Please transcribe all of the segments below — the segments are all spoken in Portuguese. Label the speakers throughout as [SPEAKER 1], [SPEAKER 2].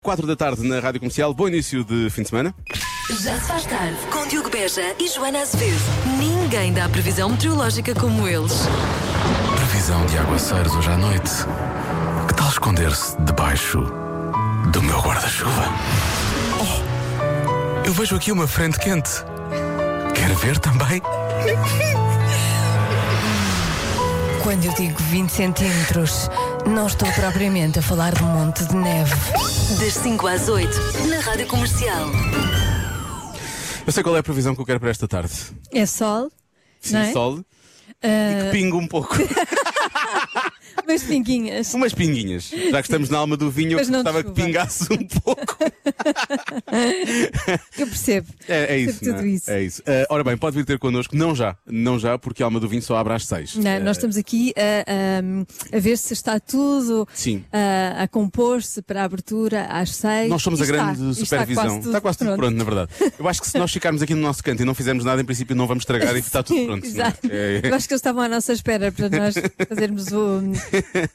[SPEAKER 1] 4 da tarde na Rádio Comercial. Bom início de fim de semana.
[SPEAKER 2] Já se faz tarde com Diogo Beja e Joana Azevedo. Ninguém dá previsão meteorológica como eles.
[SPEAKER 3] Previsão de aguaceiros hoje à noite. Que tal esconder-se debaixo do meu guarda-chuva? Oh, eu vejo aqui uma frente quente. Quer ver também?
[SPEAKER 4] Quando eu digo 20 centímetros, não estou propriamente a falar de um monte de neve.
[SPEAKER 2] Das 5 às 8, na Rádio Comercial.
[SPEAKER 1] Eu sei qual é a previsão que eu quero para esta tarde.
[SPEAKER 5] É sol,
[SPEAKER 1] Sim,
[SPEAKER 5] Não é? Eh,
[SPEAKER 1] sol e que pinga um pouco.
[SPEAKER 5] mas pinguinhas.
[SPEAKER 1] Umas pinguinhas. Já que estamos na alma do vinho, eu
[SPEAKER 5] Mas não de
[SPEAKER 1] gostava que
[SPEAKER 5] chuva.
[SPEAKER 1] pingasse um pouco.
[SPEAKER 5] Eu percebo.
[SPEAKER 1] É, é isso.
[SPEAKER 5] Tudo
[SPEAKER 1] não é?
[SPEAKER 5] isso.
[SPEAKER 1] É isso. Ah, ora bem, pode vir ter connosco. Não já. Não já, porque a alma do vinho só abre às 6.
[SPEAKER 5] Não, nós estamos aqui a, um, a ver se está tudo
[SPEAKER 1] Sim.
[SPEAKER 5] a, a compor-se para a abertura às seis.
[SPEAKER 1] Nós somos
[SPEAKER 5] E
[SPEAKER 1] a grande
[SPEAKER 5] está, e
[SPEAKER 1] supervisão.
[SPEAKER 5] Está quase tudo,
[SPEAKER 1] tudo
[SPEAKER 5] pronto.
[SPEAKER 1] pronto, na verdade. Eu acho que se nós ficarmos aqui no nosso canto e não fizermos nada, em princípio não vamos estragar e está tudo pronto. não é?
[SPEAKER 5] Exato.
[SPEAKER 1] É, é.
[SPEAKER 5] Eu acho que eles estavam à nossa espera para nós fazermos o,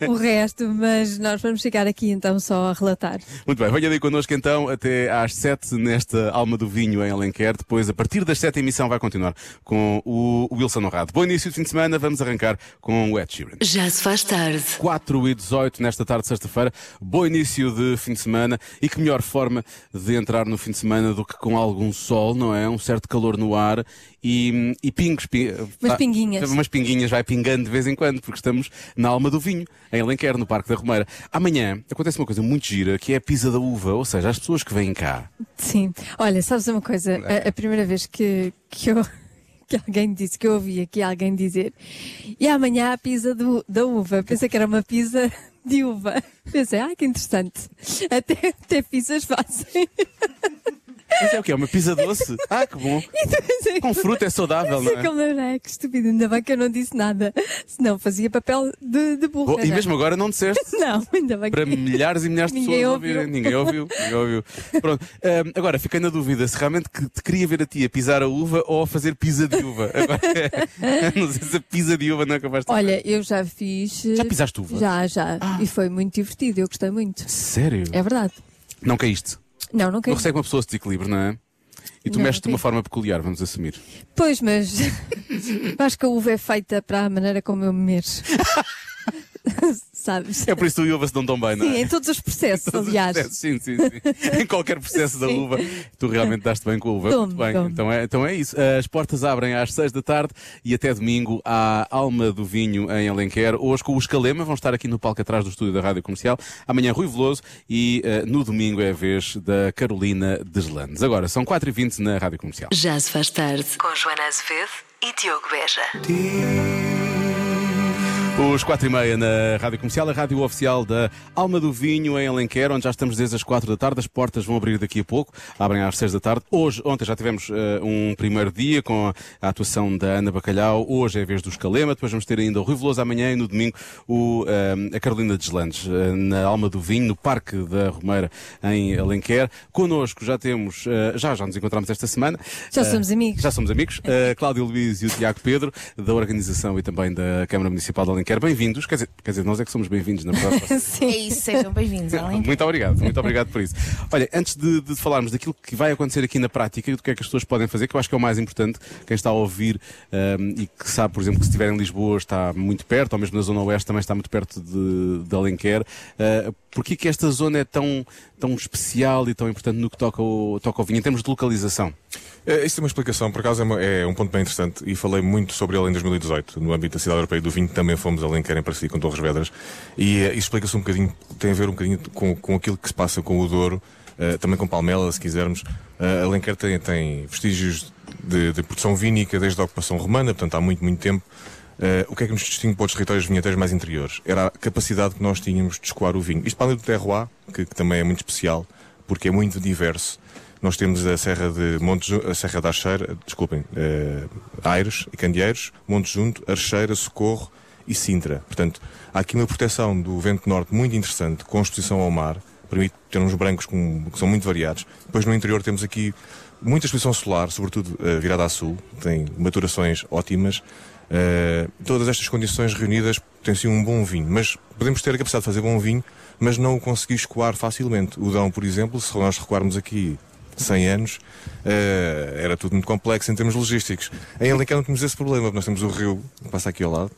[SPEAKER 5] o resto, mas nós vamos ficar aqui então só a relatar.
[SPEAKER 1] Muito bem, venha daí connosco então até às 7 nesta Alma do Vinho em Alenquer. Depois, a partir das 7, a emissão vai continuar com o Wilson Honrado. Bom início de fim de semana, vamos arrancar com o Ed Sheeran.
[SPEAKER 2] Já se faz tarde.
[SPEAKER 1] 4 e 18 nesta tarde de sexta-feira. Bom início de fim de semana e que melhor forma de entrar no fim de semana do que com algum sol, não é? Um certo calor no ar e, e pingos. pi-
[SPEAKER 5] Umas
[SPEAKER 1] pá,
[SPEAKER 5] pinguinhas.
[SPEAKER 1] Umas pinguinhas vai pingando de vez em quando, porque estamos na alma do vinho, em Alenquer, no Parque da Romeira. Amanhã acontece uma coisa muito gira, que é a pisa da uva, ou seja, as pessoas que vêm cá.
[SPEAKER 5] Sim. Olha, sabes uma coisa?
[SPEAKER 1] é
[SPEAKER 5] A, a primeira vez que, que eu. Que alguém disse, que eu ouvi aqui alguém dizer. E amanhã a pizza do, da uva. Pensei que era uma pizza de uva. Pensei, ai que interessante. Até, até pizzas fazem.
[SPEAKER 1] Mas é o quê? É uma pisa doce? Ah, que bom!
[SPEAKER 5] E tu pensei,
[SPEAKER 1] Com fruta é saudável, não
[SPEAKER 5] Pensei
[SPEAKER 1] é?
[SPEAKER 5] como era, que estúpido. Ainda bem que eu não disse nada. Senão fazia papel de, de burra.
[SPEAKER 1] Oh, e
[SPEAKER 5] não é?
[SPEAKER 1] mesmo agora não disseste.
[SPEAKER 5] Não, ainda bem
[SPEAKER 1] para
[SPEAKER 5] que.
[SPEAKER 1] milhares e milhares de
[SPEAKER 5] Ninguém
[SPEAKER 1] pessoas
[SPEAKER 5] ouviu.
[SPEAKER 1] ouvirem. Ninguém ouviu, ninguém ouviu. Pronto. Ahm, agora, fiquei na dúvida se realmente que te queria ver a ti a pisar a uva ou a fazer pisa de uva. Agora, não sei se a pisa de uva não é capaz de
[SPEAKER 5] Olha, eu já fiz.
[SPEAKER 1] Já pisaste uva? Ah.
[SPEAKER 5] Já, já. E foi muito divertido. Eu gostei muito.
[SPEAKER 1] Sério?
[SPEAKER 5] É verdade.
[SPEAKER 1] Não caíste.
[SPEAKER 5] Não, não
[SPEAKER 1] Não
[SPEAKER 5] quero.
[SPEAKER 1] recebe uma pessoa de desequilíbrio, não é? E tu
[SPEAKER 5] Não,
[SPEAKER 1] mexes de uma
[SPEAKER 5] não.
[SPEAKER 1] forma peculiar, vamos assumir.
[SPEAKER 5] Pois, mas acho que a uva é feita para a maneira como eu me mexo. Sabes?
[SPEAKER 1] É por isso que tu e a uva se dão tão bem, não
[SPEAKER 5] Sim,
[SPEAKER 1] é?
[SPEAKER 5] em todos os processos,
[SPEAKER 1] Todos os
[SPEAKER 5] aliás.
[SPEAKER 1] processos, Sim, sim, sim. em qualquer processo da
[SPEAKER 5] Sim.
[SPEAKER 1] uva, tu realmente daste bem com a uva.
[SPEAKER 5] Dou-me,
[SPEAKER 1] Muito bem.
[SPEAKER 5] dou-me.
[SPEAKER 1] Então é, então é isso. As portas abrem às seis da tarde e até domingo à Alma do Vinho em Alenquer. Hoje com o Escalema vão estar aqui no palco atrás do estúdio da Rádio Comercial. Amanhã Rui Veloso e eh, no domingo é a vez da Carolina Deslandes. Agora são 4h20 na Rádio Comercial.
[SPEAKER 2] Já se faz tarde com Joana Azevedo e Diogo Beja.
[SPEAKER 1] Os 4 e meia na Rádio Comercial, a rádio oficial da Alma do Vinho em Alenquer, onde já estamos desde as 4 da tarde. As portas vão abrir daqui a pouco, abrem às 6 da tarde. Hoje, ontem já tivemos eh, um primeiro dia com a, a atuação da Ana Bacalhau. Hoje é a vez do Escalema, depois vamos ter ainda o Rui Veloso amanhã e no domingo o, eh, a Carolina Deslandes eh, na Alma do Vinho, no Parque da Romeira em Alenquer. Connosco já temos, eh, já, já nos encontramos esta semana.
[SPEAKER 5] Já
[SPEAKER 1] Eh,
[SPEAKER 5] somos amigos.
[SPEAKER 1] já somos amigos. Uh, Cláudio Luiz e o Tiago Pedro, da organização e também da Câmara Municipal de Alenquer. Bem-vindos. Quer dizer, quer dizer, nós é que somos bem-vindos, na verdade.
[SPEAKER 5] Sim.
[SPEAKER 6] É isso, sejam bem-vindos, Alenquer.
[SPEAKER 1] Muito obrigado, muito obrigado por isso. Olha, antes de, de falarmos daquilo que vai acontecer aqui na prática e do que é que as pessoas podem fazer, que eu acho que é o mais importante, quem está a ouvir ahm, e que sabe, por exemplo, que se estiver em Lisboa está muito perto, ou mesmo na Zona Oeste também está muito perto de, de Alenquer, ah, porquê que esta zona é tão, tão especial e tão importante no que toca ao, toca ao vinho, em termos de localização?
[SPEAKER 7] É, Isso tem uma explicação, por acaso é, uma- é um ponto bem interessante e falei muito sobre ele em 2018. No âmbito da Cidade Europeia do Vinho também fomos a Alenquer em parceria com Torres Vedras e eh, isso explica-se um bocadinho, tem a ver um bocadinho com, com aquilo que se passa com o Douro, eh, também com Palmela, se quisermos. Eh, Alenquer tem, tem vestígios de, de produção vínica desde a ocupação romana, portanto há muito, muito tempo. Eh, o que é que nos distingue para os territórios vinheteiros mais interiores? Era a capacidade que nós tínhamos de escoar o vinho. Isto para além do terroir, que, que também é muito especial, porque é muito diverso. Nós temos a Serra de Montes, a Serra da Archeira, desculpem, eh, Aires e Candeeiros, Monte Junto, Archeira, Socorro e Sintra. Portanto, há aqui uma proteção do vento norte muito interessante, com exposição ao mar, permite ter uns brancos com- que são muito variados. Depois no interior temos aqui muita exposição solar, sobretudo eh, virada a sul, tem maturações ótimas. Eh, Eh, todas estas condições reunidas potenciam um bom vinho, mas podemos ter a capacidade de fazer bom vinho, mas não o conseguir escoar facilmente. O Dão, por exemplo, se nós recuarmos aqui 100 anos, eh, era tudo muito complexo em termos logísticos. Em Alencar não temos esse problema, porque nós temos o rio que passa aqui ao lado,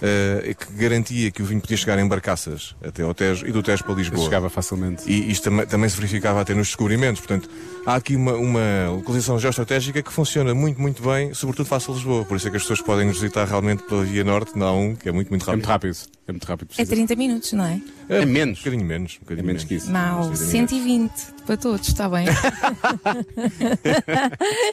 [SPEAKER 7] eh, que garantia que o vinho podia chegar em barcaças até ao Tejo e do Tejo para Lisboa.
[SPEAKER 1] Chegava facilmente.
[SPEAKER 7] E isto tam- também se verificava até nos descobrimentos. Portanto, há aqui uma, uma localização geoestratégica que funciona muito, muito bem, sobretudo face a Lisboa. Por isso é que as pessoas podem nos visitar realmente pela Via Norte, na A1, que é muito, muito
[SPEAKER 1] É
[SPEAKER 7] rápido.
[SPEAKER 1] muito rápido. É muito rápido.
[SPEAKER 6] É
[SPEAKER 1] precisa.
[SPEAKER 6] 30 minutos, não é?
[SPEAKER 1] É
[SPEAKER 7] Um
[SPEAKER 1] menos.
[SPEAKER 7] bocadinho menos. Um bocadinho
[SPEAKER 1] É menos que isso.
[SPEAKER 6] Mau, 120 para todos, está bem.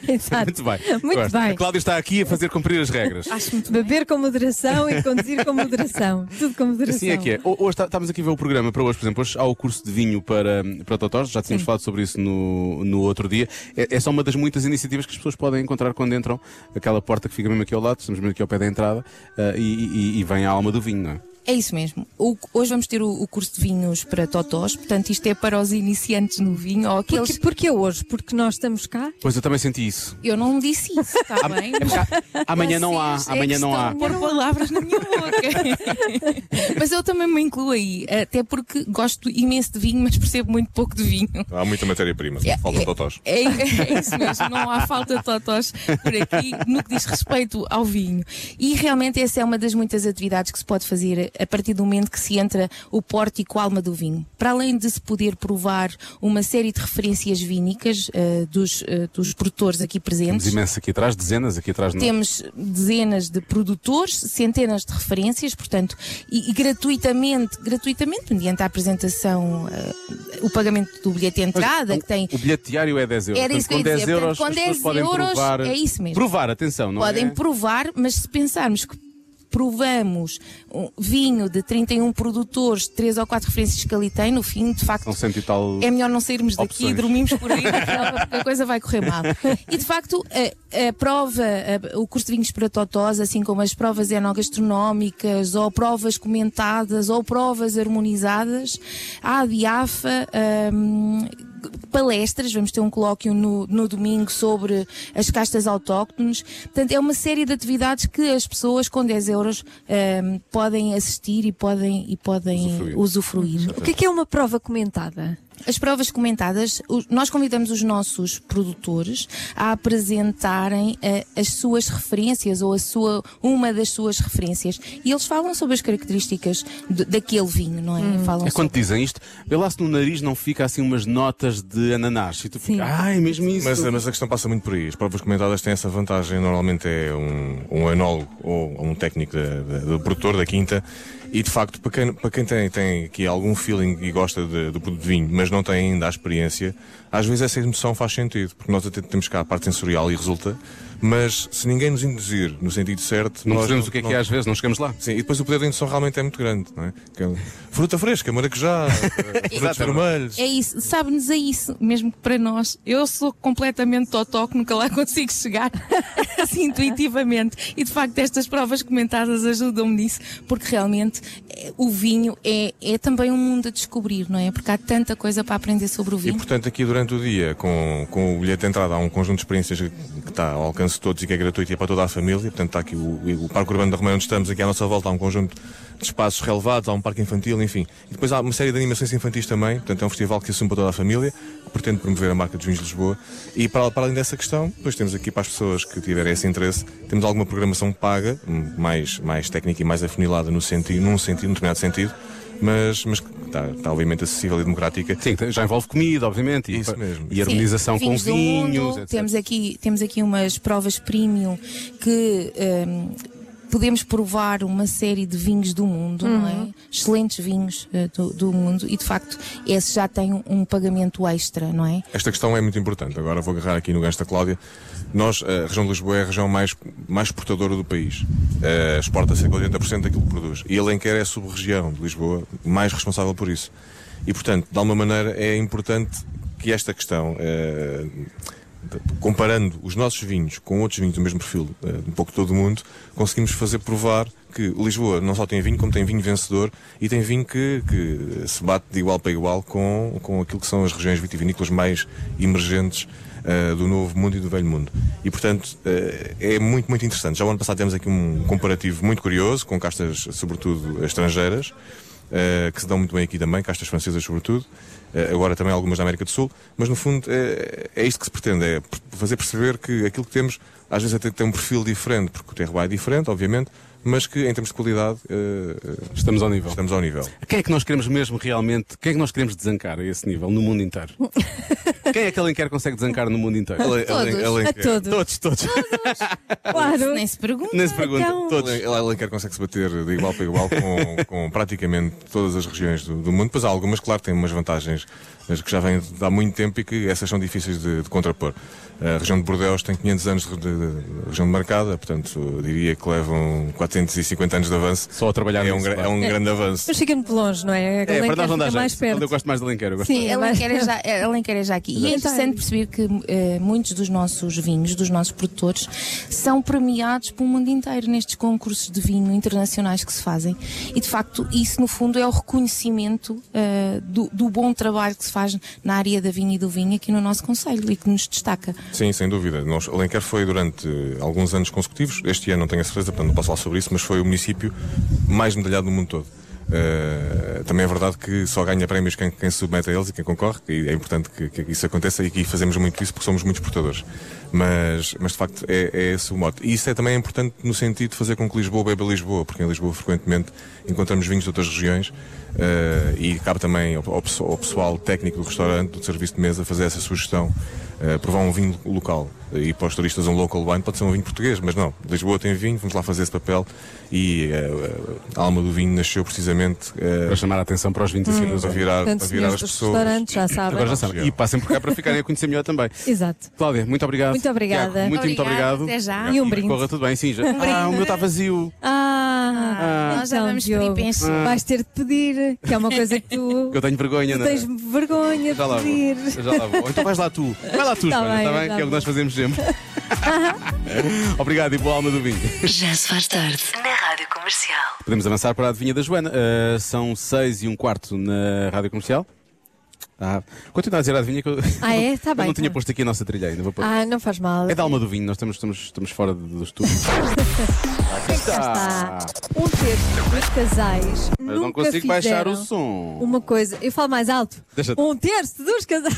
[SPEAKER 5] Exato.
[SPEAKER 1] Muito bem.
[SPEAKER 5] Muito
[SPEAKER 1] Gosto.
[SPEAKER 5] bem.
[SPEAKER 1] A Cláudia está aqui a fazer cumprir as regras.
[SPEAKER 5] Beber com moderação e conduzir com moderação. Tudo com moderação.
[SPEAKER 1] Assim é que é. Ho- Hoje tá- estamos aqui a ver o programa para hoje, por exemplo. Hoje há o curso de vinho para, para Totós, já tínhamos falado sobre isso no, no outro dia. É, é só uma das muitas iniciativas que as pessoas podem encontrar quando entram. Aquela porta que fica mesmo aqui ao lado, estamos mesmo aqui ao pé da entrada, ah, e, e- e vem a alma do vinho, não é?
[SPEAKER 6] É isso mesmo. O- hoje vamos ter o, o curso de vinhos para totós, portanto isto é para os iniciantes no vinho ou aqueles...
[SPEAKER 5] Porque, porque hoje? Porque nós estamos cá?
[SPEAKER 1] Pois eu também senti isso.
[SPEAKER 6] Eu não disse isso, está bem?
[SPEAKER 1] Amanhã não há,
[SPEAKER 6] Vocês é
[SPEAKER 1] amanhã
[SPEAKER 6] que
[SPEAKER 1] não
[SPEAKER 6] estão
[SPEAKER 1] há.
[SPEAKER 6] a pôr palavras na minha boca. mas eu também me incluo aí, até porque gosto imenso de vinho, mas percebo muito pouco de vinho.
[SPEAKER 7] Há muita matéria-prima,
[SPEAKER 6] É,
[SPEAKER 7] faltam
[SPEAKER 6] é-
[SPEAKER 7] totós.
[SPEAKER 6] É, é isso mesmo, não há falta de totós por aqui no que diz respeito ao vinho. E realmente essa é uma das muitas atividades que se pode fazer a partir do momento que se entra o pórtico alma do vinho. Para além de se poder provar uma série de referências vínicas eh, dos, eh, dos produtores aqui
[SPEAKER 1] Temos
[SPEAKER 6] presentes.
[SPEAKER 1] imenso aqui atrás, dezenas aqui atrás. Não?
[SPEAKER 6] Temos dezenas de produtores, centenas de referências, portanto, e, e gratuitamente, gratuitamente, mediante a apresentação, eh, o pagamento do bilhete de entrada,
[SPEAKER 1] o,
[SPEAKER 6] que tem
[SPEAKER 1] então, o bilhete diário é 10 euros.
[SPEAKER 6] Era isso
[SPEAKER 1] Portanto,
[SPEAKER 6] que eu ia
[SPEAKER 1] com
[SPEAKER 6] dizer.
[SPEAKER 1] 10 euros,
[SPEAKER 6] Portanto, com
[SPEAKER 1] as pessoas
[SPEAKER 6] 10
[SPEAKER 1] podem
[SPEAKER 6] euros,
[SPEAKER 1] provar.
[SPEAKER 6] é isso mesmo.
[SPEAKER 1] Provar, atenção, não
[SPEAKER 6] podem
[SPEAKER 1] é?
[SPEAKER 6] provar, mas se pensarmos que provamos um vinho de 31 produtores, 3 ou 4 referências que ali tem, no fim, de facto,
[SPEAKER 1] São cento e tal.
[SPEAKER 6] é melhor não sairmos daqui
[SPEAKER 1] Opções.
[SPEAKER 6] e dormimos por aí, porque a coisa vai correr mal. E de facto, a, a prova, a- o curso de vinhos para totós, assim como as provas enogastronómicas, ou provas comentadas, ou provas harmonizadas, há a DIAFA, hum, palestras, vamos ter um colóquio no, no domingo sobre as castas autóctones. Portanto, é uma série de atividades que as pessoas com 10 euros hum, podem assistir e podem, e podem
[SPEAKER 1] Usufruir.
[SPEAKER 6] usufruir.
[SPEAKER 5] O que é que é uma prova comentada?
[SPEAKER 6] As provas comentadas, o- nós convidamos os nossos produtores a apresentarem eh, as suas referências ou a sua, uma das suas referências. E eles falam sobre as características de- daquele vinho, não é? Falam
[SPEAKER 1] É quando
[SPEAKER 6] sobre...
[SPEAKER 1] dizem isto, vê lá se no nariz não fica assim umas notas de ananás. E tu fica, ai, mesmo isso.
[SPEAKER 7] Mas, eh, mas a questão passa muito por aí. As provas comentadas têm essa vantagem. Normalmente é um, um enólogo ou um técnico da- da- do produtor da quinta. E de facto, para quem, para quem tem, tem aqui algum feeling e gosta de- do produto de vinho, mas não tem ainda a experiência, às vezes essa emoção faz sentido, porque nós até temos cá a parte sensorial e resulta. Mas se ninguém nos induzir no sentido certo,
[SPEAKER 1] não
[SPEAKER 7] nós
[SPEAKER 1] percebemos o que é que é
[SPEAKER 7] não-
[SPEAKER 1] às vezes, não chegamos lá.
[SPEAKER 7] Sim, e depois o poder de indução realmente é muito grande, não é? Que é Fruta fresca, maracujá, frutos vermelhos.
[SPEAKER 6] É isso, sabe-nos a isso, mesmo que para nós. Eu sou completamente totó, que nunca lá consigo chegar, assim, intuitivamente. E de facto, estas provas comentadas ajudam-me nisso, porque realmente eh, o vinho é, é também um mundo a descobrir, não é? Porque há tanta coisa para aprender sobre o
[SPEAKER 7] E
[SPEAKER 6] vinho.
[SPEAKER 7] portanto, aqui durante o dia, com, com o bilhete de entrada, há um conjunto de experiências que que está ao alcance de todos e que é gratuito e é para toda a família. Portanto, está aqui o, o Parque Urbano da Romeia, onde estamos, aqui à nossa volta, há um conjunto de espaços relevados, há um parque infantil, enfim. E depois há uma série de animações infantis também. Portanto, é um festival que assume para toda a família, que pretende promover a marca dos vinhos de Lisboa. E para, para além dessa questão, depois temos aqui para as pessoas que tiverem esse interesse, temos alguma programação paga, hum, mais, mais técnica e mais afunilada no sentido, num sentido, num determinado sentido, mas, mas que está, está obviamente acessível e democrática.
[SPEAKER 1] Sim, já envolve comida, obviamente. e-
[SPEAKER 7] Isso mesmo.
[SPEAKER 1] E harmonização com
[SPEAKER 6] Vinhos do
[SPEAKER 1] vinhos,
[SPEAKER 6] mundo,
[SPEAKER 1] etc.
[SPEAKER 6] Temos aqui, temos aqui umas provas premium que ehm, podemos provar uma série de vinhos do mundo, não é? Excelentes vinhos eh, do, do mundo e de facto esse já tem um- um pagamento extra, não é?
[SPEAKER 7] Esta questão é muito importante. Agora vou agarrar aqui no gancho da Cláudia. Nós, a região de Lisboa é a região mais, mais exportadora do país. Eh, exporta cerca de 80% daquilo que produz. E Alenquer é a sub-região de Lisboa mais responsável por isso. E, portanto, de alguma maneira é importante que esta questão eh, comparando os nossos vinhos com outros vinhos do mesmo perfil, eh, um pouco todo o mundo, conseguimos fazer provar que Lisboa não só tem vinho, como tem vinho vencedor e tem vinho que, que se bate de igual para igual com, com aquilo que são as regiões vitivinícolas mais emergentes eh, do Novo Mundo e do Velho Mundo. E, portanto, eh, é muito, muito interessante. Já o ano passado temos aqui um comparativo muito curioso, com castas, sobretudo, estrangeiras, eh, que se dão muito bem aqui também, castas francesas, sobretudo. Eh, agora também algumas da América do Sul. Mas, no fundo, eh, é isto que se pretende, é per- fazer perceber que aquilo que temos, às vezes até tem um perfil diferente, porque o terroir é diferente, obviamente, mas que, em termos de qualidade, eh, eh,
[SPEAKER 1] Estamos ao nível.
[SPEAKER 7] estamos ao nível.
[SPEAKER 1] Quem é que nós queremos mesmo realmente? Quem é que nós queremos desancar a esse nível no mundo inteiro? Quem é que Alenquer consegue desancar no mundo inteiro?
[SPEAKER 7] Ela,
[SPEAKER 6] todos.
[SPEAKER 5] A todos.
[SPEAKER 1] Todos, todos. Ah,
[SPEAKER 5] Claro.
[SPEAKER 6] Nem se pergunta.
[SPEAKER 1] Nem se pergunta.
[SPEAKER 5] Uhum. Então-
[SPEAKER 1] Todos.
[SPEAKER 7] Ela, ela quer é consegue-se bater de igual para igual com, com praticamente todas as regiões do, do mundo. Pois há algumas, claro, têm umas vantagens mas que já vêm de há muito tempo e que essas são difíceis de, de contrapor. A região de Bordeaux tem 500 anos de, de- de região de marcada, portanto, eu diria que levam 450 anos de avanço.
[SPEAKER 1] Só a trabalhar
[SPEAKER 7] é um,
[SPEAKER 1] nisso,
[SPEAKER 7] gra-
[SPEAKER 1] claro.
[SPEAKER 7] é um grande avanço.
[SPEAKER 5] Mas fica-me de longe, não é?
[SPEAKER 1] É, para
[SPEAKER 5] Alenquer
[SPEAKER 1] nós não dá
[SPEAKER 5] fica mais
[SPEAKER 1] jeito.
[SPEAKER 5] perto.
[SPEAKER 1] Eu gosto mais de Alenquer. Eu gosto
[SPEAKER 5] Sim, é mais...
[SPEAKER 6] Alenquer é já, é, Alenquer é já aqui. E é interessante perceber que eh, muitos dos nossos vinhos, dos nossos produtores, são premiados pelo mundo inteiro nestes concursos de vinho internacionais que se fazem. E de facto, isso no fundo é o reconhecimento eh, do, do bom trabalho que se faz na área da vinha e do vinho aqui no nosso Conselho e que nos destaca.
[SPEAKER 7] Sim, sem dúvida. Nós, Alenquer foi durante eh, alguns anos consecutivos, este ano não tenho a certeza, portanto não posso falar sobre isso, mas foi o município mais medalhado do mundo todo. Eh, também é verdade que só ganha prémios quem, quem se submete a eles e quem concorre, e é importante que, que isso aconteça e que fazemos muito isso porque somos muito exportadores. Mas, mas de facto é, é esse o mote. E isso é também importante no sentido de fazer com que Lisboa beba Lisboa, porque em Lisboa frequentemente encontramos vinhos de outras regiões eh, e cabe também ao, ao pesso- ao pessoal técnico do restaurante, do serviço de mesa, fazer essa sugestão. eh, provar um vinho local e para os turistas um local wine pode ser um vinho português, mas não. Lisboa tem vinho, vamos lá fazer esse papel e eh, a alma do vinho nasceu precisamente eh,
[SPEAKER 1] Para chamar a atenção para os 25 anos.
[SPEAKER 7] para virar,
[SPEAKER 5] Portanto,
[SPEAKER 7] para virar
[SPEAKER 5] senhores
[SPEAKER 7] as
[SPEAKER 5] dos
[SPEAKER 7] pessoas.
[SPEAKER 5] restaurantes já sabem.
[SPEAKER 1] Agora já sabem. E passem por cá para ficarem a conhecer melhor também.
[SPEAKER 5] Tá Exato.
[SPEAKER 1] Cláudia, muito obrigado.
[SPEAKER 5] Muito obrigada.
[SPEAKER 1] Tiago, muito, muito
[SPEAKER 6] Obrigada,
[SPEAKER 1] obrigado.
[SPEAKER 6] até já.
[SPEAKER 5] E um brinde.
[SPEAKER 1] Corra tudo bem, sim. Já. Ah, o meu está vazio.
[SPEAKER 5] Ah,
[SPEAKER 6] nós já
[SPEAKER 5] então,
[SPEAKER 6] vamos pedir
[SPEAKER 5] Diogo,
[SPEAKER 6] penso.
[SPEAKER 5] Vais ter de pedir, que é uma coisa que tu
[SPEAKER 1] Ah. Eu tenho vergonha, não é?
[SPEAKER 5] tens vergonha
[SPEAKER 1] Já lá
[SPEAKER 5] de
[SPEAKER 1] vou.
[SPEAKER 5] pedir.
[SPEAKER 1] Já lá vou. Ou Então vais lá tu. Vai lá tu,
[SPEAKER 5] Tá
[SPEAKER 1] Joana,
[SPEAKER 5] bem,
[SPEAKER 1] está bem? Que é
[SPEAKER 5] tá
[SPEAKER 1] o que
[SPEAKER 5] bom.
[SPEAKER 1] nós fazemos sempre. Obrigado e boa alma do vinho.
[SPEAKER 2] Já se faz tarde na Rádio Comercial.
[SPEAKER 1] Podemos avançar para a adivinha da Joana. Ah, são seis e um quarto na rádio comercial. Ah, continua a dizer a adivinha que eu,
[SPEAKER 5] Ah, é? Tá
[SPEAKER 1] eu
[SPEAKER 5] bem,
[SPEAKER 1] não
[SPEAKER 5] tá
[SPEAKER 1] tinha
[SPEAKER 5] bem.
[SPEAKER 1] posto aqui a nossa trilha ainda. Vou pôr.
[SPEAKER 5] Ah, não faz mal.
[SPEAKER 1] É da alma do vinho, nós estamos, estamos, estamos fora do, do estúdio. Aqui
[SPEAKER 5] Está. Um terço dos casais
[SPEAKER 1] Mas
[SPEAKER 5] nunca
[SPEAKER 1] não consigo baixar
[SPEAKER 5] fizeram
[SPEAKER 1] o som.
[SPEAKER 5] Uma coisa, eu falo mais alto.
[SPEAKER 1] Deixa-
[SPEAKER 5] Um terço dos casais.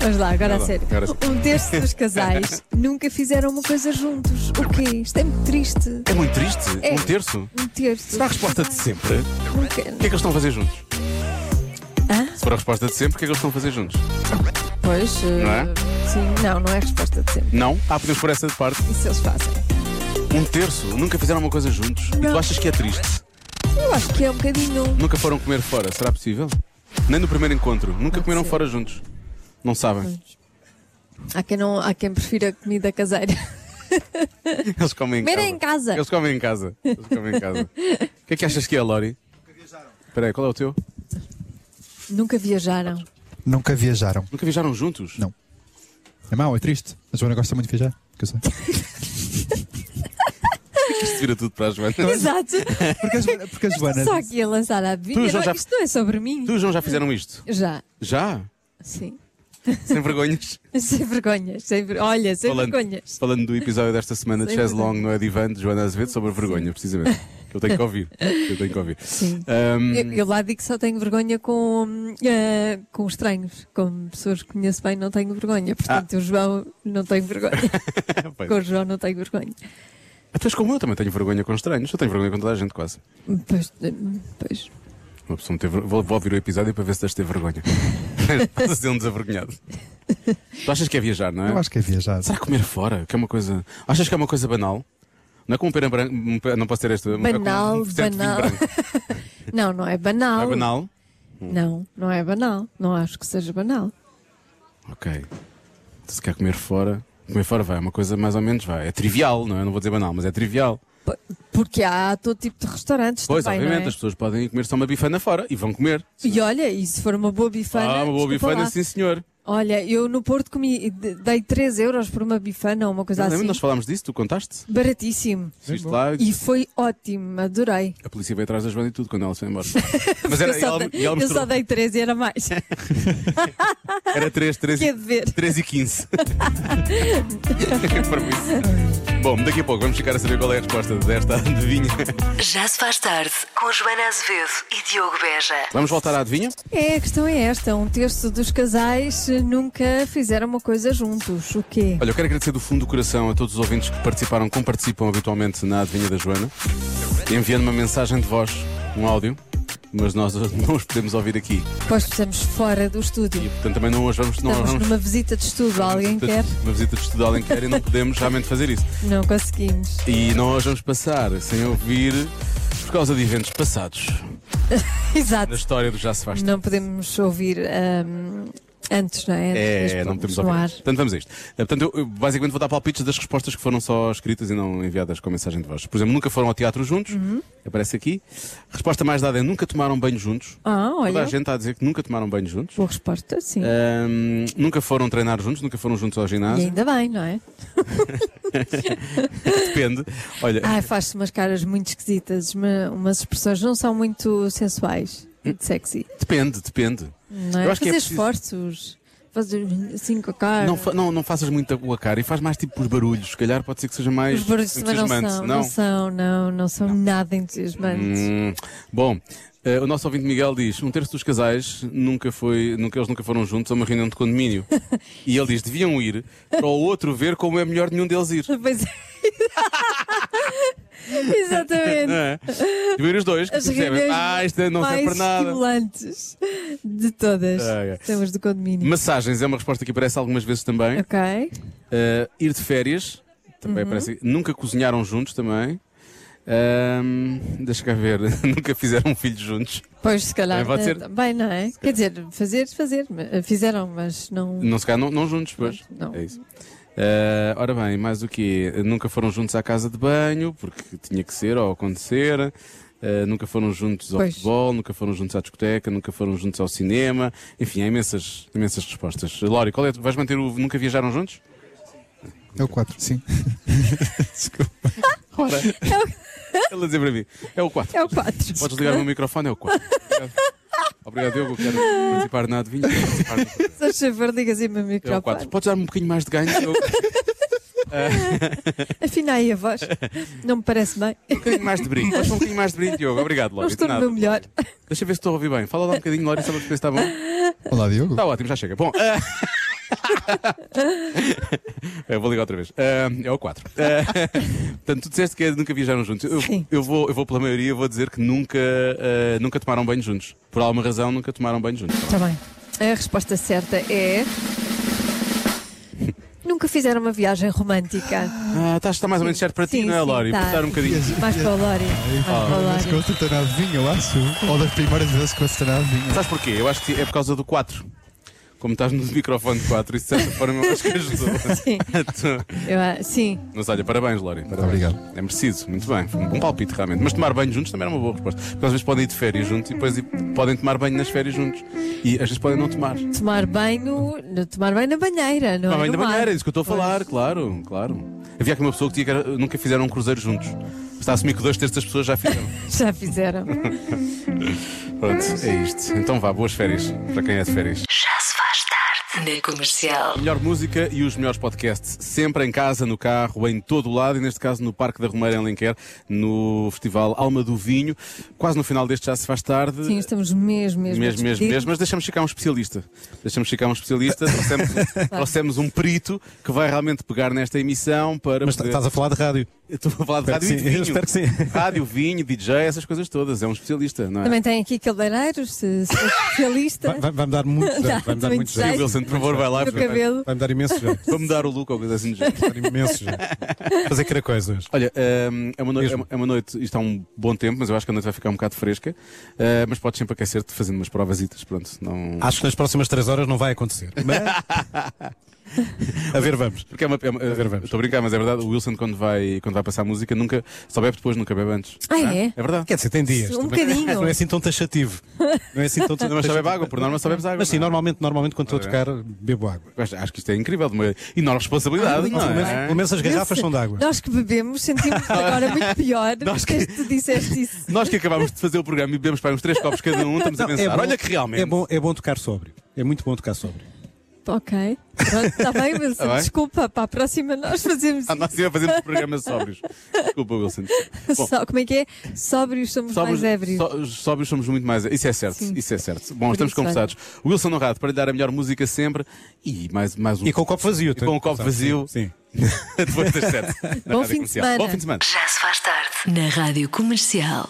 [SPEAKER 5] Vamos lá, agora
[SPEAKER 1] Vai
[SPEAKER 5] a
[SPEAKER 1] lá,
[SPEAKER 5] sério.
[SPEAKER 1] agora sim.
[SPEAKER 5] Um terço dos casais nunca fizeram uma coisa juntos. O quê? Isto é muito triste.
[SPEAKER 1] É muito triste.
[SPEAKER 5] É.
[SPEAKER 1] Um terço.
[SPEAKER 5] Um terço.
[SPEAKER 1] Será a resposta de sempre? O que é que
[SPEAKER 5] Nunca.
[SPEAKER 1] eles estão a fazer juntos? Se for a resposta de sempre, o que é que eles estão a fazer juntos?
[SPEAKER 5] Pois. eh,
[SPEAKER 1] Não é?
[SPEAKER 5] Sim, não, não é a resposta de sempre.
[SPEAKER 1] Não? Ah, podemos pôr essa de parte.
[SPEAKER 5] Isso eles fazem.
[SPEAKER 1] Um terço. Nunca fizeram uma coisa juntos. E tu
[SPEAKER 5] Não.
[SPEAKER 1] achas que é triste?
[SPEAKER 5] Eu acho que é um bocadinho.
[SPEAKER 1] Nunca foram comer fora, será possível? Nem no primeiro encontro, nunca comeram fora juntos. Não sabem.
[SPEAKER 5] Há quem, não, há quem prefira comida caseira.
[SPEAKER 1] Eles comem em
[SPEAKER 5] Comer
[SPEAKER 1] casa.
[SPEAKER 5] em casa.
[SPEAKER 1] Eles comem em casa. Eles comem em casa. O que é que achas que é, Lori? Espera aí, qual é o teu?
[SPEAKER 5] Nunca viajaram.
[SPEAKER 8] Nunca viajaram.
[SPEAKER 1] Nunca viajaram juntos?
[SPEAKER 8] Não. É mau, é triste. A Joana gosta muito de viajar. Que eu sei.
[SPEAKER 1] Isto vira tudo para a Joana.
[SPEAKER 5] Exato.
[SPEAKER 8] Porque a Joana. Porque a Joana
[SPEAKER 5] Só aqui a lançar a
[SPEAKER 1] Tu,
[SPEAKER 5] adivinha.
[SPEAKER 1] João,
[SPEAKER 5] Não,
[SPEAKER 1] já-
[SPEAKER 5] Isto não é sobre mim.
[SPEAKER 1] Tu e o João já fizeram isto?
[SPEAKER 5] Já,
[SPEAKER 1] Já?
[SPEAKER 5] sim.
[SPEAKER 1] Sem vergonhas?
[SPEAKER 5] Sem vergonhas. Sem ver... Olha, sem vergonhas.
[SPEAKER 1] falando do episódio desta semana de
[SPEAKER 5] Sem
[SPEAKER 1] Chaz Long
[SPEAKER 5] vergonhas.
[SPEAKER 1] no Edivan é? de Joana Azevedo sobre a vergonha, precisamente. Que eu tenho que ouvir. Que Eu tenho que ouvir.
[SPEAKER 5] Sim.
[SPEAKER 1] Ahm,
[SPEAKER 5] Eu, eu lá digo que só tenho vergonha com, eh, com estranhos. Com pessoas que conheço bem, não tenho vergonha. Portanto, o João não tem vergonha.
[SPEAKER 1] Ah. pois.
[SPEAKER 5] com o João não tenho vergonha.
[SPEAKER 1] Até como eu também tenho vergonha com estranhos. Eu tenho vergonha com toda a gente, quase.
[SPEAKER 5] Pois, eh, pois.
[SPEAKER 1] Uma pessoa me teve... vou, vou ouvir o episódio para ver se deixa de ter vergonha. Estás a ser um desavergonhado. Tu achas que é viajar, não é?
[SPEAKER 8] Eu acho que é viajar.
[SPEAKER 1] Será que comer fora? Que é uma coisa. Achas que é uma coisa banal? Não é como um pera branco. um pe- Não posso ter esta.
[SPEAKER 5] Banal,
[SPEAKER 1] é como um certo vinho
[SPEAKER 5] banal.
[SPEAKER 1] branco.
[SPEAKER 5] Não, não é banal.
[SPEAKER 1] Não é banal?
[SPEAKER 5] Não, não é banal. Não acho que seja banal.
[SPEAKER 1] Ok. Então, se quer comer fora. Comer fora vai, é uma coisa mais ou menos vai. É trivial, não é? Não vou dizer banal, mas é trivial.
[SPEAKER 5] P- Porque há todo tipo de restaurantes
[SPEAKER 1] Pois,
[SPEAKER 5] também,
[SPEAKER 1] obviamente,
[SPEAKER 5] não é?
[SPEAKER 1] as pessoas podem ir comer só uma bifana fora e vão comer.
[SPEAKER 5] E olha, e se for uma boa bifana.
[SPEAKER 1] ah, uma boa
[SPEAKER 5] desculpa
[SPEAKER 1] bifana,
[SPEAKER 5] lá.
[SPEAKER 1] sim senhor.
[SPEAKER 5] Olha, eu no Porto comi, de- dei 3 euros por uma bifana ou uma coisa
[SPEAKER 1] Não, lembra?
[SPEAKER 5] assim.
[SPEAKER 1] Nós falámos disso, tu contaste?
[SPEAKER 5] Baratíssimo.
[SPEAKER 1] Viste lá
[SPEAKER 5] E foi ótimo, adorei.
[SPEAKER 1] a polícia veio atrás da Joana e tudo quando ela se foi embora. Mas
[SPEAKER 5] eu, só dei, eu só dei 3 e era mais.
[SPEAKER 1] Era 3, 3,
[SPEAKER 5] Quer ver?
[SPEAKER 1] 3 e 15. Para mim. Bom, daqui a pouco vamos ficar a saber qual é a resposta desta adivinha.
[SPEAKER 2] Já se faz tarde com Joana Azevedo e Diogo Beja.
[SPEAKER 1] Vamos voltar à adivinha?
[SPEAKER 5] É, a questão é esta: um terço dos casais eh, nunca fizeram uma coisa juntos. O quê?
[SPEAKER 1] Olha, eu quero agradecer do fundo do coração a todos os ouvintes que participaram, como participam habitualmente na adivinha da Joana, enviando uma mensagem de voz, um áudio, mas nós não os podemos ouvir aqui.
[SPEAKER 5] Pois estamos fora do
[SPEAKER 1] E
[SPEAKER 5] estúdio.
[SPEAKER 1] portanto também não hoje vamos. Não,
[SPEAKER 5] Estamos
[SPEAKER 1] vamos
[SPEAKER 5] numa visita de estudo. Alguém
[SPEAKER 1] visita-
[SPEAKER 5] quer?
[SPEAKER 1] Uma visita de estudo a alguém quer e não podemos realmente fazer isso.
[SPEAKER 5] Não conseguimos.
[SPEAKER 1] E nós vamos passar sem ouvir por causa de eventos passados na
[SPEAKER 5] Exato.
[SPEAKER 1] história do Já se faz. Tarde.
[SPEAKER 5] Não podemos ouvir ahm, antes, não é? Antes
[SPEAKER 1] É,
[SPEAKER 5] mesmo
[SPEAKER 1] não podemos
[SPEAKER 5] no
[SPEAKER 1] ouvir.
[SPEAKER 5] ar.
[SPEAKER 1] Portanto, vamos a isto. Eh, Portanto, eu, eu basicamente vou dar palpites das respostas que foram só escritas e não enviadas com mensagem de voz. Por exemplo, nunca foram ao teatro juntos,
[SPEAKER 5] Uhum.
[SPEAKER 1] aparece aqui. Resposta mais dada é nunca tomaram banho juntos.
[SPEAKER 5] Ah,
[SPEAKER 1] Toda a
[SPEAKER 5] olha.
[SPEAKER 1] gente está a dizer que nunca tomaram banho juntos.
[SPEAKER 5] Boa resposta, sim.
[SPEAKER 1] É. Ahm, nunca foram treinar juntos, nunca foram juntos ao
[SPEAKER 5] E
[SPEAKER 1] ginásio.
[SPEAKER 5] ainda bem, não é?
[SPEAKER 1] Depende. Olha,
[SPEAKER 5] Ai, faz-se umas caras muito esquisitas, uma- umas expressões não são muito sensuais, muito sexy.
[SPEAKER 1] depende, depende.
[SPEAKER 5] Não é?
[SPEAKER 1] Eu acho que
[SPEAKER 5] Fazer
[SPEAKER 1] é preciso-
[SPEAKER 5] esforços, fazer assim com a cara.
[SPEAKER 1] Não, fa- não, não faças muito a a cara e faz mais tipo os barulhos. Se calhar pode ser que seja mais
[SPEAKER 5] Os barulhos também não
[SPEAKER 1] entusiasmante.
[SPEAKER 5] são, não. são, não, não são nada entusiasmantes.
[SPEAKER 1] Hum, bom, eh, o nosso ouvinte Miguel diz: um terço dos casais nunca foi, nunca, eles nunca foram juntos a uma reunião de condomínio. e ele diz: deviam ir para o outro ver como é melhor nenhum deles ir.
[SPEAKER 5] Pois é. Exatamente.
[SPEAKER 1] É. Deviam ir os dois, que
[SPEAKER 5] As
[SPEAKER 1] percebem.
[SPEAKER 5] reuniões
[SPEAKER 1] Ah, isto não serve
[SPEAKER 5] mais
[SPEAKER 1] para nada.
[SPEAKER 5] estimulantes de todas.
[SPEAKER 1] Ai, ai.
[SPEAKER 5] Temos do condomínio.
[SPEAKER 1] Massagens é uma resposta que aparece algumas vezes também.
[SPEAKER 5] Ok. Uhum.
[SPEAKER 1] Eh, ir de férias também aparece. Nunca cozinharam juntos também. Ahm, deixa cá ver, nunca fizeram um filho juntos.
[SPEAKER 5] Pois, se calhar.
[SPEAKER 1] Também pode
[SPEAKER 5] eh,
[SPEAKER 1] ser.
[SPEAKER 5] também, não é? Quer dizer, fazer, fazer. eh, Fizeram, mas não.
[SPEAKER 1] Não se calhar não, não juntos, pois.
[SPEAKER 5] Não.
[SPEAKER 1] É isso. Eh, ora bem, mais o quê? Nunca foram juntos à casa de banho, porque tinha que ser ou acontecer. Eh, nunca foram juntos ao
[SPEAKER 5] Pois.
[SPEAKER 1] futebol, nunca foram juntos à discoteca, nunca foram juntos ao cinema. Enfim, há imensas, imensas respostas. Lori, qual é? Vais manter o Nunca Viajaram Juntos?
[SPEAKER 8] É o 4, sim.
[SPEAKER 1] Ora, ele a dizer para mim. É o 4.
[SPEAKER 5] É o 4.
[SPEAKER 1] Podes ligar o meu microfone, é o 4. Obrigado, Diogo. Quero participar na adivinha. quero participar no-
[SPEAKER 5] Faz favor, diga-se meu
[SPEAKER 1] É o
[SPEAKER 5] microfone.
[SPEAKER 1] 4. Podes dar-me um bocadinho mais de ganho? Um Eu-
[SPEAKER 5] Afina aí a voz. Não me parece bem.
[SPEAKER 1] Um bocadinho mais de brilho. Podes dar um bocadinho mais de brilho, Diogo. Obrigado,
[SPEAKER 5] Não
[SPEAKER 1] Lori.
[SPEAKER 5] estou
[SPEAKER 1] de
[SPEAKER 5] no
[SPEAKER 1] nada.
[SPEAKER 5] meu melhor.
[SPEAKER 1] Deixa eu ver se estou a ouvir bem. Fala lá um bocadinho, Lória, só para perceber se está bom.
[SPEAKER 8] Olá, Diogo.
[SPEAKER 1] Está ótimo, já chega. Bom. ah. eu vou ligar outra vez. Ah, é o 4. portanto, tu disseste que é de nunca viajaram juntos. Eu,
[SPEAKER 5] Sim.
[SPEAKER 1] eu vou, eu vou pela maioria, vou dizer que nunca, ah, nunca tomaram banho juntos. Por alguma razão, nunca tomaram banho juntos.
[SPEAKER 5] Está bem. A resposta certa é. Nunca fizeram uma viagem romântica.
[SPEAKER 1] Ah, tá- está mais ou menos certo para ti,
[SPEAKER 5] Sim,
[SPEAKER 1] não é,
[SPEAKER 5] sim,
[SPEAKER 1] Lori?
[SPEAKER 5] tá.
[SPEAKER 1] Portar um bocadinho.
[SPEAKER 5] Mais para o Lori. Mais para o
[SPEAKER 8] Mas
[SPEAKER 5] Lori.
[SPEAKER 8] quando estou na adivinha, eu acho. Ou das primeiras vezes que eu estou na adivinha.
[SPEAKER 1] Sabes porquê? Eu acho que é por causa do 4. Como estás no microfone 4, isso de certa forma eu acho que ajudou.
[SPEAKER 5] Sim. Eu, ah, sim.
[SPEAKER 1] Mas olha, parabéns, Lori. Parabéns.
[SPEAKER 8] Obrigado.
[SPEAKER 1] É merecido, muito bem. Foi um bom palpite, realmente. Mas tomar banho juntos também era uma boa resposta. Porque às vezes podem ir de férias juntos e depois i- podem tomar banho nas férias juntos. E às vezes podem não tomar.
[SPEAKER 5] Tomar banho, no- tomar banho na banheira, não
[SPEAKER 1] Tomar
[SPEAKER 5] é?
[SPEAKER 1] banho da
[SPEAKER 5] No mar.
[SPEAKER 1] banheira, é isso que eu estou a falar, claro, claro. Havia aqui uma pessoa que, tinha que era- nunca fizeram um cruzeiro juntos. Está a assumir que dois terços das pessoas já fizeram.
[SPEAKER 5] Já fizeram.
[SPEAKER 1] Pronto, é isto. Então vá, boas férias para quem é de férias.
[SPEAKER 2] Já se faz tarde na comercial.
[SPEAKER 1] Melhor música e os melhores podcasts sempre em casa, no carro, em todo o lado e neste caso no Parque da Romeira em Lenquer, no Festival Alma do Vinho. Quase no final deste já se faz tarde.
[SPEAKER 5] Sim, estamos mesmo, assim. mesmo. a
[SPEAKER 1] Mesmo, mesmo,
[SPEAKER 5] discutir.
[SPEAKER 1] mesmo, mas deixamos chegar um especialista. Deixamos chegar um especialista, trouxemos, trouxemos um perito que vai realmente pegar nesta emissão para.
[SPEAKER 9] Mas
[SPEAKER 1] poder-
[SPEAKER 9] estás a falar de rádio.
[SPEAKER 1] Eu Estou a falar de
[SPEAKER 9] Espero
[SPEAKER 1] rádio
[SPEAKER 9] que
[SPEAKER 1] e de
[SPEAKER 9] sim,
[SPEAKER 1] vinho.
[SPEAKER 9] eu espero que sim.
[SPEAKER 1] Rádio, vinho, DJ, essas coisas todas. É um especialista, não é?
[SPEAKER 5] Também tem aqui cabeleireiros, se, se for especialista.
[SPEAKER 9] Vai- vai- Vai-me dar muito
[SPEAKER 5] Dá,
[SPEAKER 9] jeito. Vai-me dar
[SPEAKER 5] muito
[SPEAKER 9] muito
[SPEAKER 5] jeito.
[SPEAKER 9] jeito.
[SPEAKER 1] Wilson, por favor, vai lá.
[SPEAKER 5] do cabelo.
[SPEAKER 9] Vai-me dar imenso jeito.
[SPEAKER 1] Para mudar o look ou coisa assim do género.
[SPEAKER 9] Vai-me dar imenso jeito. Fazer caracóis hoje.
[SPEAKER 1] Olha, hum, é, uma noite,
[SPEAKER 9] Mesmo.
[SPEAKER 1] é uma noite, isto há um bom tempo, mas eu acho que a noite vai ficar um bocado fresca. Uh, mas podes sempre aquecer-te fazendo umas provasitas, pronto. Não...
[SPEAKER 9] Acho que nas próximas três horas não vai acontecer. Mas A ver, vamos.
[SPEAKER 1] Porque é uma. é uma-
[SPEAKER 9] ver, vamos.
[SPEAKER 1] estou a brincar, mas é verdade, o Wilson, quando vai, quando vai passar música, nunca. Só bebe depois, nunca bebe antes.
[SPEAKER 5] Ah, é?
[SPEAKER 1] É verdade.
[SPEAKER 9] Quer dizer, tem dias.
[SPEAKER 5] Um
[SPEAKER 9] também.
[SPEAKER 5] bocadinho.
[SPEAKER 9] Não é assim tão taxativo. Não é assim tão
[SPEAKER 1] Mas só bebe água, por norma só bebes água.
[SPEAKER 9] Mas sim,
[SPEAKER 1] não é?
[SPEAKER 9] normalmente, normalmente quando estou a tocar, bebo água.
[SPEAKER 1] Acho acho que isto é incrível, de uma enorme
[SPEAKER 5] Ah,
[SPEAKER 1] responsabilidade.
[SPEAKER 9] Pelo
[SPEAKER 1] não
[SPEAKER 9] menos,
[SPEAKER 1] é?
[SPEAKER 9] pelo menos as garrafas são de água.
[SPEAKER 5] Nós que bebemos sentimos agora muito pior
[SPEAKER 1] Nós
[SPEAKER 5] desde que tu disseste isso.
[SPEAKER 1] Nós que acabámos de fazer o programa e bebemos para uns três copos cada um, estamos a
[SPEAKER 9] Não,
[SPEAKER 1] pensar.
[SPEAKER 9] é bom-
[SPEAKER 1] Olha que realmente.
[SPEAKER 9] É bom, é bom tocar sóbrio. É muito bom tocar sóbrio.
[SPEAKER 5] Ok. Pronto, está bem, Wilson.
[SPEAKER 1] Tá bem.
[SPEAKER 5] Desculpa, para a próxima nós fazemos
[SPEAKER 1] Ah, nós ia fazermos programas sóbrios. Desculpa, Wilson. Bom,
[SPEAKER 5] Só- como é que é? Sóbrios somos
[SPEAKER 1] Sóbrios,
[SPEAKER 5] mais ébrios.
[SPEAKER 1] só- sóbrios somos muito mais. Isso é certo,
[SPEAKER 5] Sim.
[SPEAKER 1] isso é certo. Bom,
[SPEAKER 5] Por
[SPEAKER 1] estamos
[SPEAKER 5] isso, olha.
[SPEAKER 1] conversados. Wilson Honrado, para lhe dar a melhor música sempre e mais, mais um.
[SPEAKER 9] E com o copo vazio.
[SPEAKER 1] com o copo
[SPEAKER 9] Sabe?
[SPEAKER 1] vazio.
[SPEAKER 9] Sim.
[SPEAKER 1] depois das sete. na
[SPEAKER 5] Bom
[SPEAKER 1] Rádio
[SPEAKER 5] fim de
[SPEAKER 1] Comercial.
[SPEAKER 5] semana.
[SPEAKER 1] Bom fim de semana.
[SPEAKER 2] Já se faz tarde na Rádio Comercial.